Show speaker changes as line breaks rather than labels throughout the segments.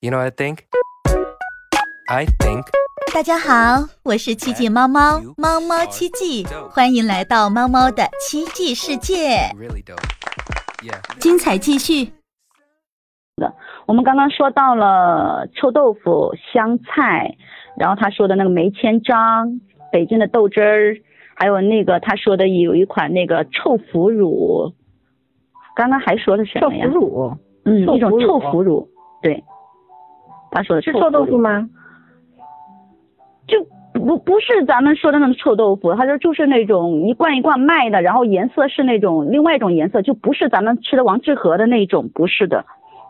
You know what I think? I think
大家好，我是奇迹猫猫，猫猫奇迹，欢迎来到猫猫的奇迹世界，
really dope. Yeah.
精彩继续。
我们刚刚说到了臭豆腐、香菜，然后他说的那个梅千张、北京的豆汁儿，还有那个他说的有一款那个臭腐乳，刚刚还说了什
豆
么
腐
呀？
乳
嗯，
臭腐乳啊
一种臭腐乳，对，他说的
是
腐乳
臭豆腐？吗？
就不不是咱们说的那种臭豆腐，他说就是那种一罐一罐卖的，然后颜色是那种另外一种颜色，就不是咱们吃的王致和的那种，不是的，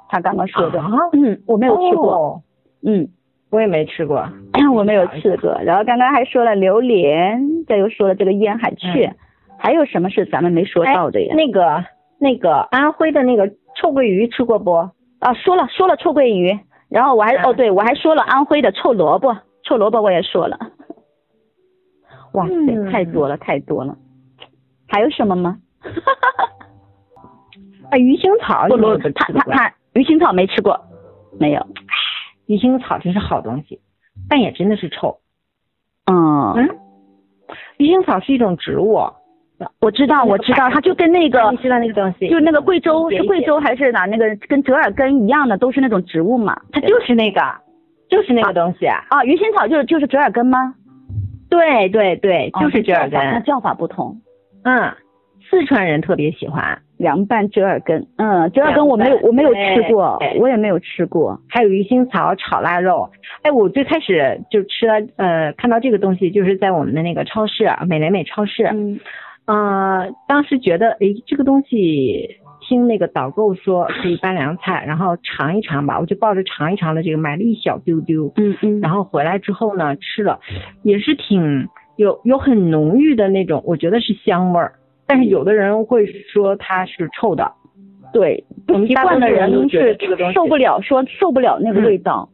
他刚刚说的，
啊
嗯，我没有吃过，
哦，
嗯。
我也没吃过。
我没有吃过。然后刚刚还说了榴莲，这又说了这个烟海雀，
嗯
还有什么是咱们没说到的呀？
哎那个那个安徽的那个臭鳜鱼吃过不？
啊，说了说了臭鳜鱼，然后我还、哦，
嗯
对我还说了安徽的臭萝卜，臭萝卜我也说了。哇塞，
嗯
太多了太多了，还有什么吗？
啊，鱼腥草
不
你
萝
们都
他
吃
他
过？
他鱼腥草没吃过，没有。
鱼腥草真是好东西，但也真的是臭。
嗯，
嗯，鱼腥草是一种植物，
我知道
那
啊
个
我知道，
白
它就跟那个
你知道那个东西？
就那个贵州
解
是
一
贵
解
州还是哪那个跟折耳根一样的，都是那种植物嘛。
它就是那个，就是那个东西。
啊，鱼腥草就是就是折耳根吗？
对对对，就是折耳根。
那哦叫法不同。
嗯，四川人特别喜欢，
凉拌折耳根，嗯，折耳根我没有
凉拌
我没有吃过
对，对
我也没有吃过。
还有鱼腥草炒腊肉。哎，我最开始就吃了，呃，看到这个东西就是在我们的那个超市，啊美莱美超市。
嗯
呃，当时觉得，诶，这个东西听那个导购说可以拌凉菜，然后尝一尝吧，我就抱着尝一尝的这个买了一小丢丢，
嗯嗯
然后回来之后呢，吃了，也是挺有有很浓郁的那种，我觉得是香味儿，但是有的人会说它是臭的，
对，不
我们
习
大
惯
部
的
分人都
人
觉得
是
这个东西
受不了，说受不了那个
嗯
味道。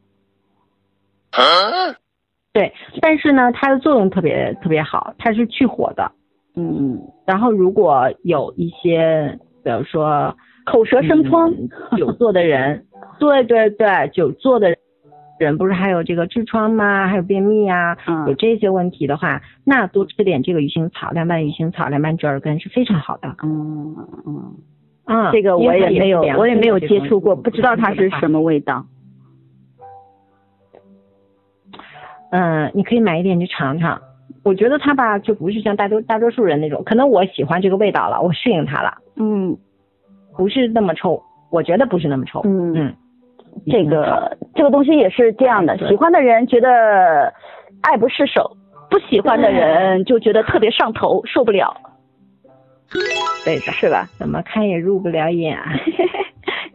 对，但是呢，它的作用特别特别好，它是去火的，
嗯，
然后如果有一些，比如说
口舌生疮。
嗯久坐的 人，对对对，久坐的人不是还有这个痔疮吗？还有便秘啊，
嗯
有这些问题的话，那多吃点这个鱼腥草、凉拌鱼腥草、凉拌折耳根是非常好的。
嗯嗯，
嗯，
这个
因
我
为它
也
也
没有，我也没有接触过，不知道它是什
么。
么味道。
嗯，你可以买一点去尝尝。我觉得它吧，就不是像大多大多数人那种，可能我喜欢这个味道了，我适应它了，
嗯
不是那么臭，我觉得不是那么臭。
嗯
嗯，
这个这个东西也是这样的，
对
喜欢的人觉得爱不释手，不喜欢的人就觉得特别上头，受不了，
对的，
是吧？
怎么看也入不了眼 啊。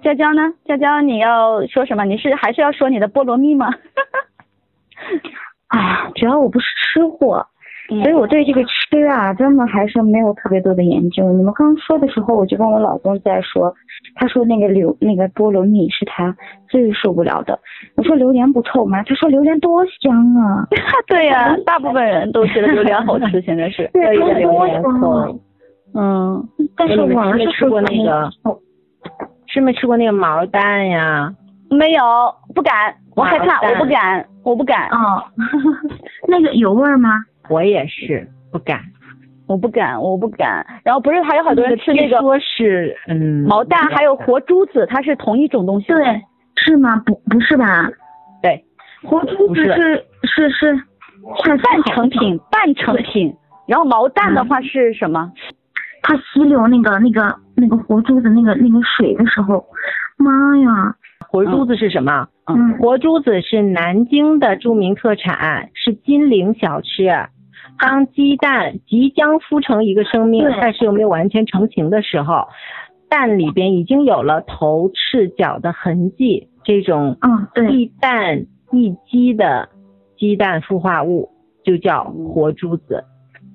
娇娇呢？娇娇，你要说什么？你是还是要说你的菠萝蜜 吗？
哎呀，主要我不是吃货，
嗯
所以我对这个吃啊，真的还是没有特别多的研究。你们刚刚说的时候，我就跟我老公在说，他说那个榴那个菠萝蜜是他最受不了的。我说榴莲不臭吗？他说榴莲多香啊，
对呀、 大部分人都觉得榴莲好吃，现在 是
对，
有
多
点
多
莲
香啊。
嗯，
但是
哎你
我
们
儿
吃
子
没吃过那个吃没吃过那个毛蛋呀？
没有，不敢，我害怕，
麻烦
我不敢，我不
哦
敢，
啊， 那个有味儿吗？
我也是不敢。
我不敢，我不敢。然后不是还有好多人吃那
据
个
说是嗯
毛蛋，还有活珠子，它是同一种东西吗。
对，是吗？不不是吧？
对，
活珠
不
子
是
是是是是
半成品，半成品。然后毛蛋的
嗯
话是什么？
它吸溜那个那个那个活珠子那个那个水的时候，妈呀！
活珠子是什么？
嗯，
活珠子是南京的著名特产，是金陵小吃。当鸡蛋即将孵成一个生命
对，
但是又没有完全成型的时候，蛋里边已经有了头翅角的痕迹，这种
嗯，对，
一蛋一鸡的鸡蛋孵化物就叫活珠子。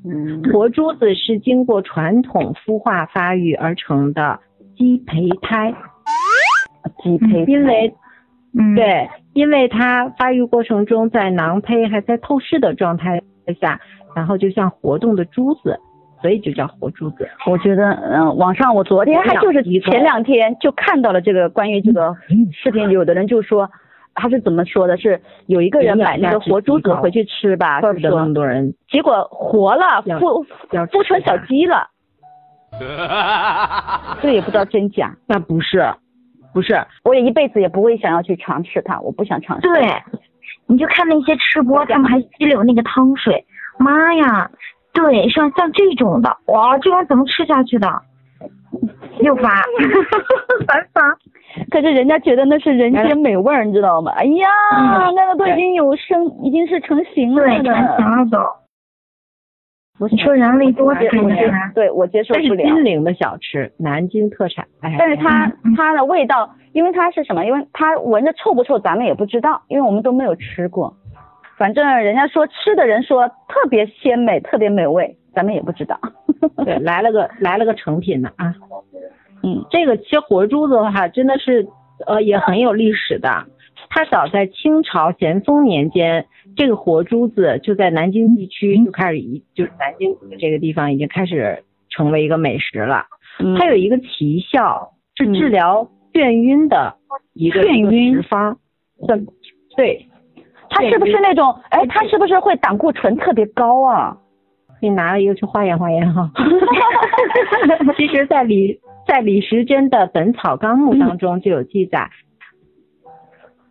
嗯
活珠子是经过传统孵化发育而成的鸡胚胎，
鸡胚
因为
嗯，，
对，因为它发育过程中在囊胚还在透视的状态下，然后就像活动的珠子，所以就叫活珠子。
我觉得，嗯、网上我
嗯
昨天还就是前两天就看到了这个关于这个视频，有的人就说，他是怎么说的？是有一个人买那个活猪子回去吃吧，
怪
是
不得那
说
么多人
结果活了，
要
孵
要
孵成小
鸡，
鸡 了，这也不知道真假，
那不是，不是，
我也一辈子也不会想要去尝试它，我不想尝试。
对，你就看那些吃播，他们还吸溜那个汤水，妈呀！对，像像这种的，哇，这种怎么吃下去的？又 发，烦死了！
可是人家觉得那是人间美味儿，你知道吗？哎呀，
嗯
那个都已经有生，已经是成型了
对，
的。
成型了都。
我
你说人类多
接
吃
我
一
接
点，
对我接受
这
不
啊是
了。
金陵的小吃，南京特产。哎，
但是它
嗯嗯
它的味道，因为它是什么？因为它闻着臭不臭，咱们也不知道，因为我们都没有吃过。反正人家说吃的人说特别鲜美，特别美味，咱们也不知道。
对来了个来了个成品呢啊。
嗯，
这个其实活猪的话，真的是呃也很有历史的。它早在清朝咸丰年间，这个活猪子就在南京地区就开始已，就是南京这个地方已经开始成为一个美食了。它
还
有一个奇效是
嗯
治疗眩晕的一个
眩晕
食方，
有
对，
它是不是那种？哎，它是不是会胆固醇特别高啊？
可以拿一个去化验化验哈。 其实在李在李时珍的《本草纲目》当中就有记载，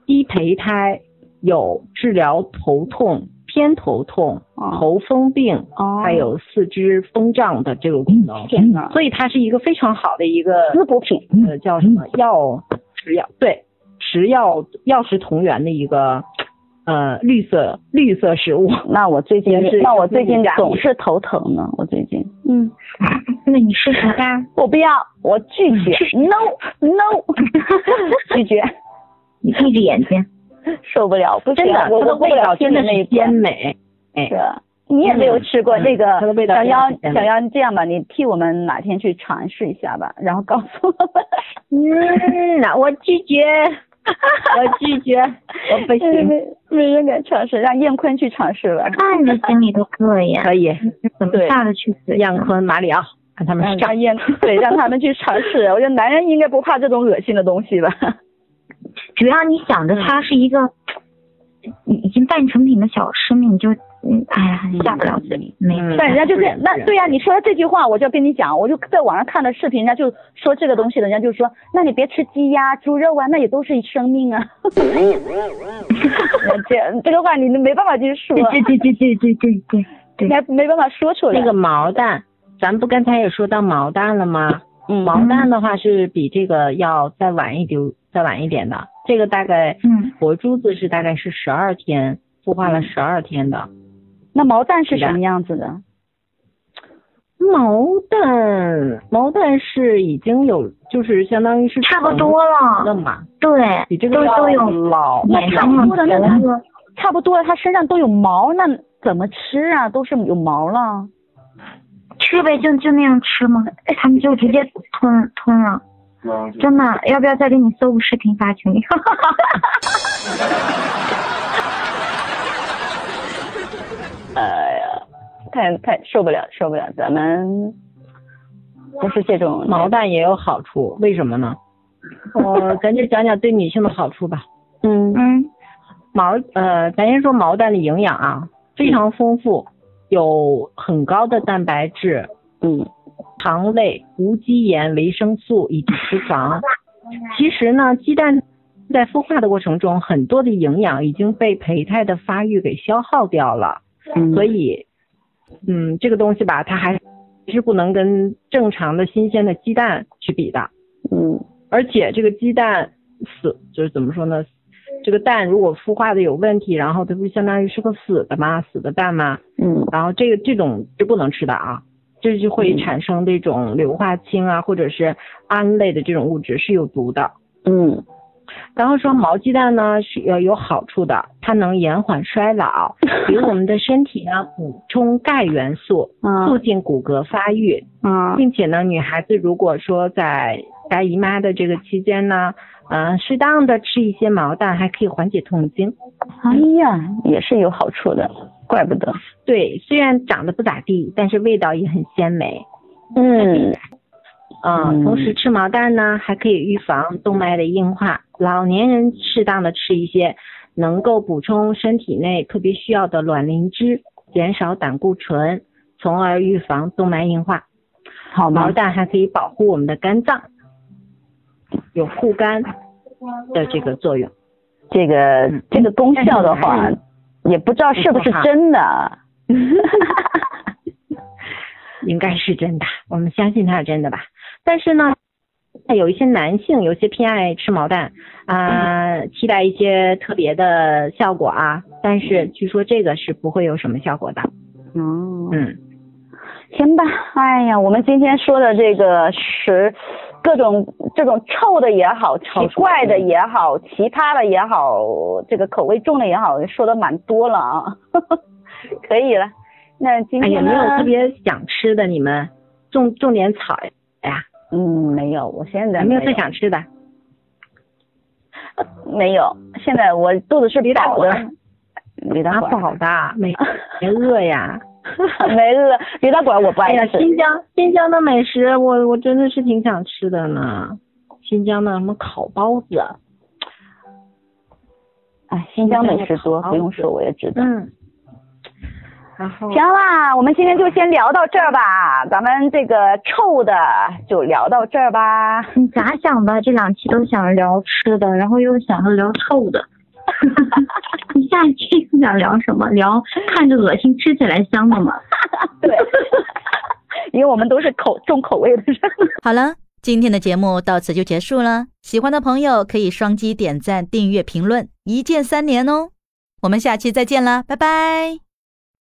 低胚胎有治疗头痛、偏头痛、
哦
头风病，
哦
还有四肢风胀的这种功能，
天哪，
所以它是一个非常好的一个
滋补品。
呃叫什么药食药对食药药食同源的一个呃绿色绿色食物。
那我最近
也是
那我最
有
近
点压力
总是头疼呢，我最近
嗯，那你试试吧。
我不要，我拒
嗯
绝，no no，拒绝，
你闭着眼 睛，
受不了，不
真
行
的，
我
它的
我过
啊味
不了
道真的
天那一
是
关
鲜 美。哎，
是，你也没有吃过
嗯
这个
它的味道
小
非
妖
常鲜美
小妖，这样吧，你替我们哪天去尝试一下吧，然后告诉我们。
嗯，我拒绝，我拒 绝，我不行，
嗯没没人敢尝试，让燕坤去尝试吧。
那你的心里都膈应，
可以。
怎么
对
下得去嘴？
燕坤、嗯马里奥，看他们
让
上
让。 燕对，让他们去尝试。我觉得男人应该不怕这种恶心的东西吧？
主要你想着它是一个已已经半成品的小吃嘛，你就嗯，哎呀，下不了嘴，没
嗯
但人家就是
是
那
是
对呀、你说的这句话，我就跟你讲，我就在网上看的视频，人家就说这个东西的，人家就说，那你别吃鸡呀、猪肉啊，那也都是生命啊。 这这个话你没办法去说，
对对对对对对对对
没没办法说出来。
那个毛蛋，咱不刚才也说到毛蛋了吗？
嗯
毛蛋的话是比这个要再晚一丢，再晚一点的。这个大概
嗯，
活珠子是大概是十二天，孵化了十二天的。
那毛蛋是什么样子的？
毛蛋，毛蛋是已经有，就是相当于是
差不多
了
了，
嘛，
对，
比这个
都
要
都有
老
脸
差
上
不
了
多的那
头发
差不多，它身上都有毛，那怎么吃啊？都是有毛了。
吃呗，就就那样吃吗？他们就直接吞吞了，真的，要不要再给你搜个视频发群里？
哎呀，太太受不了，受不了，咱们不是这种
毛蛋也有好处，为什么 呢？我咱就讲讲对女性的好处吧。
嗯
嗯，
毛呃，咱先说毛蛋的营养啊，非常丰富，有很高的蛋白质、
嗯
糖类、无机盐、维生素以及脂肪。其实呢，鸡蛋在孵化的过程中，很多的营养已经被胚胎的发育给消耗掉了。
嗯，
所以，嗯，这个东西吧，它还是不能跟正常的新鲜的鸡蛋去比的。
嗯
而且这个鸡蛋死就是怎么说呢？这个蛋如果孵化的有问题，然后它不相当于是个死的吗？死的蛋吗？
嗯
然后这个这种是不能吃的啊，这就会产生这种硫化氢啊，或者是胺类的这种物质是有毒的。
嗯，
然后说毛鸡蛋呢是有有好处的，它能延缓衰老，给我们的身体呢补充钙元素，
嗯
啊
促进骨骼发育，
啊
并且呢，女孩子如果说在来姨妈的这个期间呢，嗯、适当的吃一些毛蛋，还可以缓解痛经。
哎呀，也是有好处的，怪不得。
对，虽然长得不咋地，但是味道也很鲜美。
嗯，
嗯，同时吃毛蛋呢，还可以预防动脉的硬化。老年人适当的吃一些能够补充身体内特别需要的卵磷脂，减少胆固醇，从而预防动脉硬化。
好
毛
吗？
蛋还可以保护我们的肝脏，有护肝的这个作用。
这个
嗯
这个功效的话
但是，
也不知道是不是真的。
嗯 应该是真的，我们相信它是真的吧。但是呢，有一些男性有些偏爱吃毛蛋啊、
嗯
期待一些特别的效果啊。但是据说这个是不会有什么效果的。
嗯
嗯，
行吧，哎呀，我们今天说的这个食，各种这种臭的也好，奇
臭
怪的也好，奇葩的也好，这个口味重的也好，说的蛮多了啊。 可以了，那今
哎，有
嗯天呢？
没有特别想吃的？你们种种点草呀？
嗯，没有，我现在
有没有
没
特想吃的？
有没有，现在我肚子是
驴打
饱
滚
的嗯
儿。
驴打
啊，
滚
不
儿，
好的，没别饿呀。
没饿，驴打滚儿我不
哎
爱
呀，
吃。
新疆新疆的美食，我我真的是挺想吃的呢。新疆的什么烤包子，啊
哎，新疆美食多，不用说我也知道。
嗯，然后
行啦，我们今天就先聊到这儿吧，咱们这个臭的就聊到这儿吧。
你咋想的？这两期都想聊吃的，然后又想着聊臭的。 你下一期想聊什么？聊看着恶心，吃起来香的吗？
对，因为我们都是口重口味的人。
好了，今天的节目到此就结束了。喜欢的朋友可以双击点赞、订阅、评论，一键三连哦。我们下期再见啦，拜拜。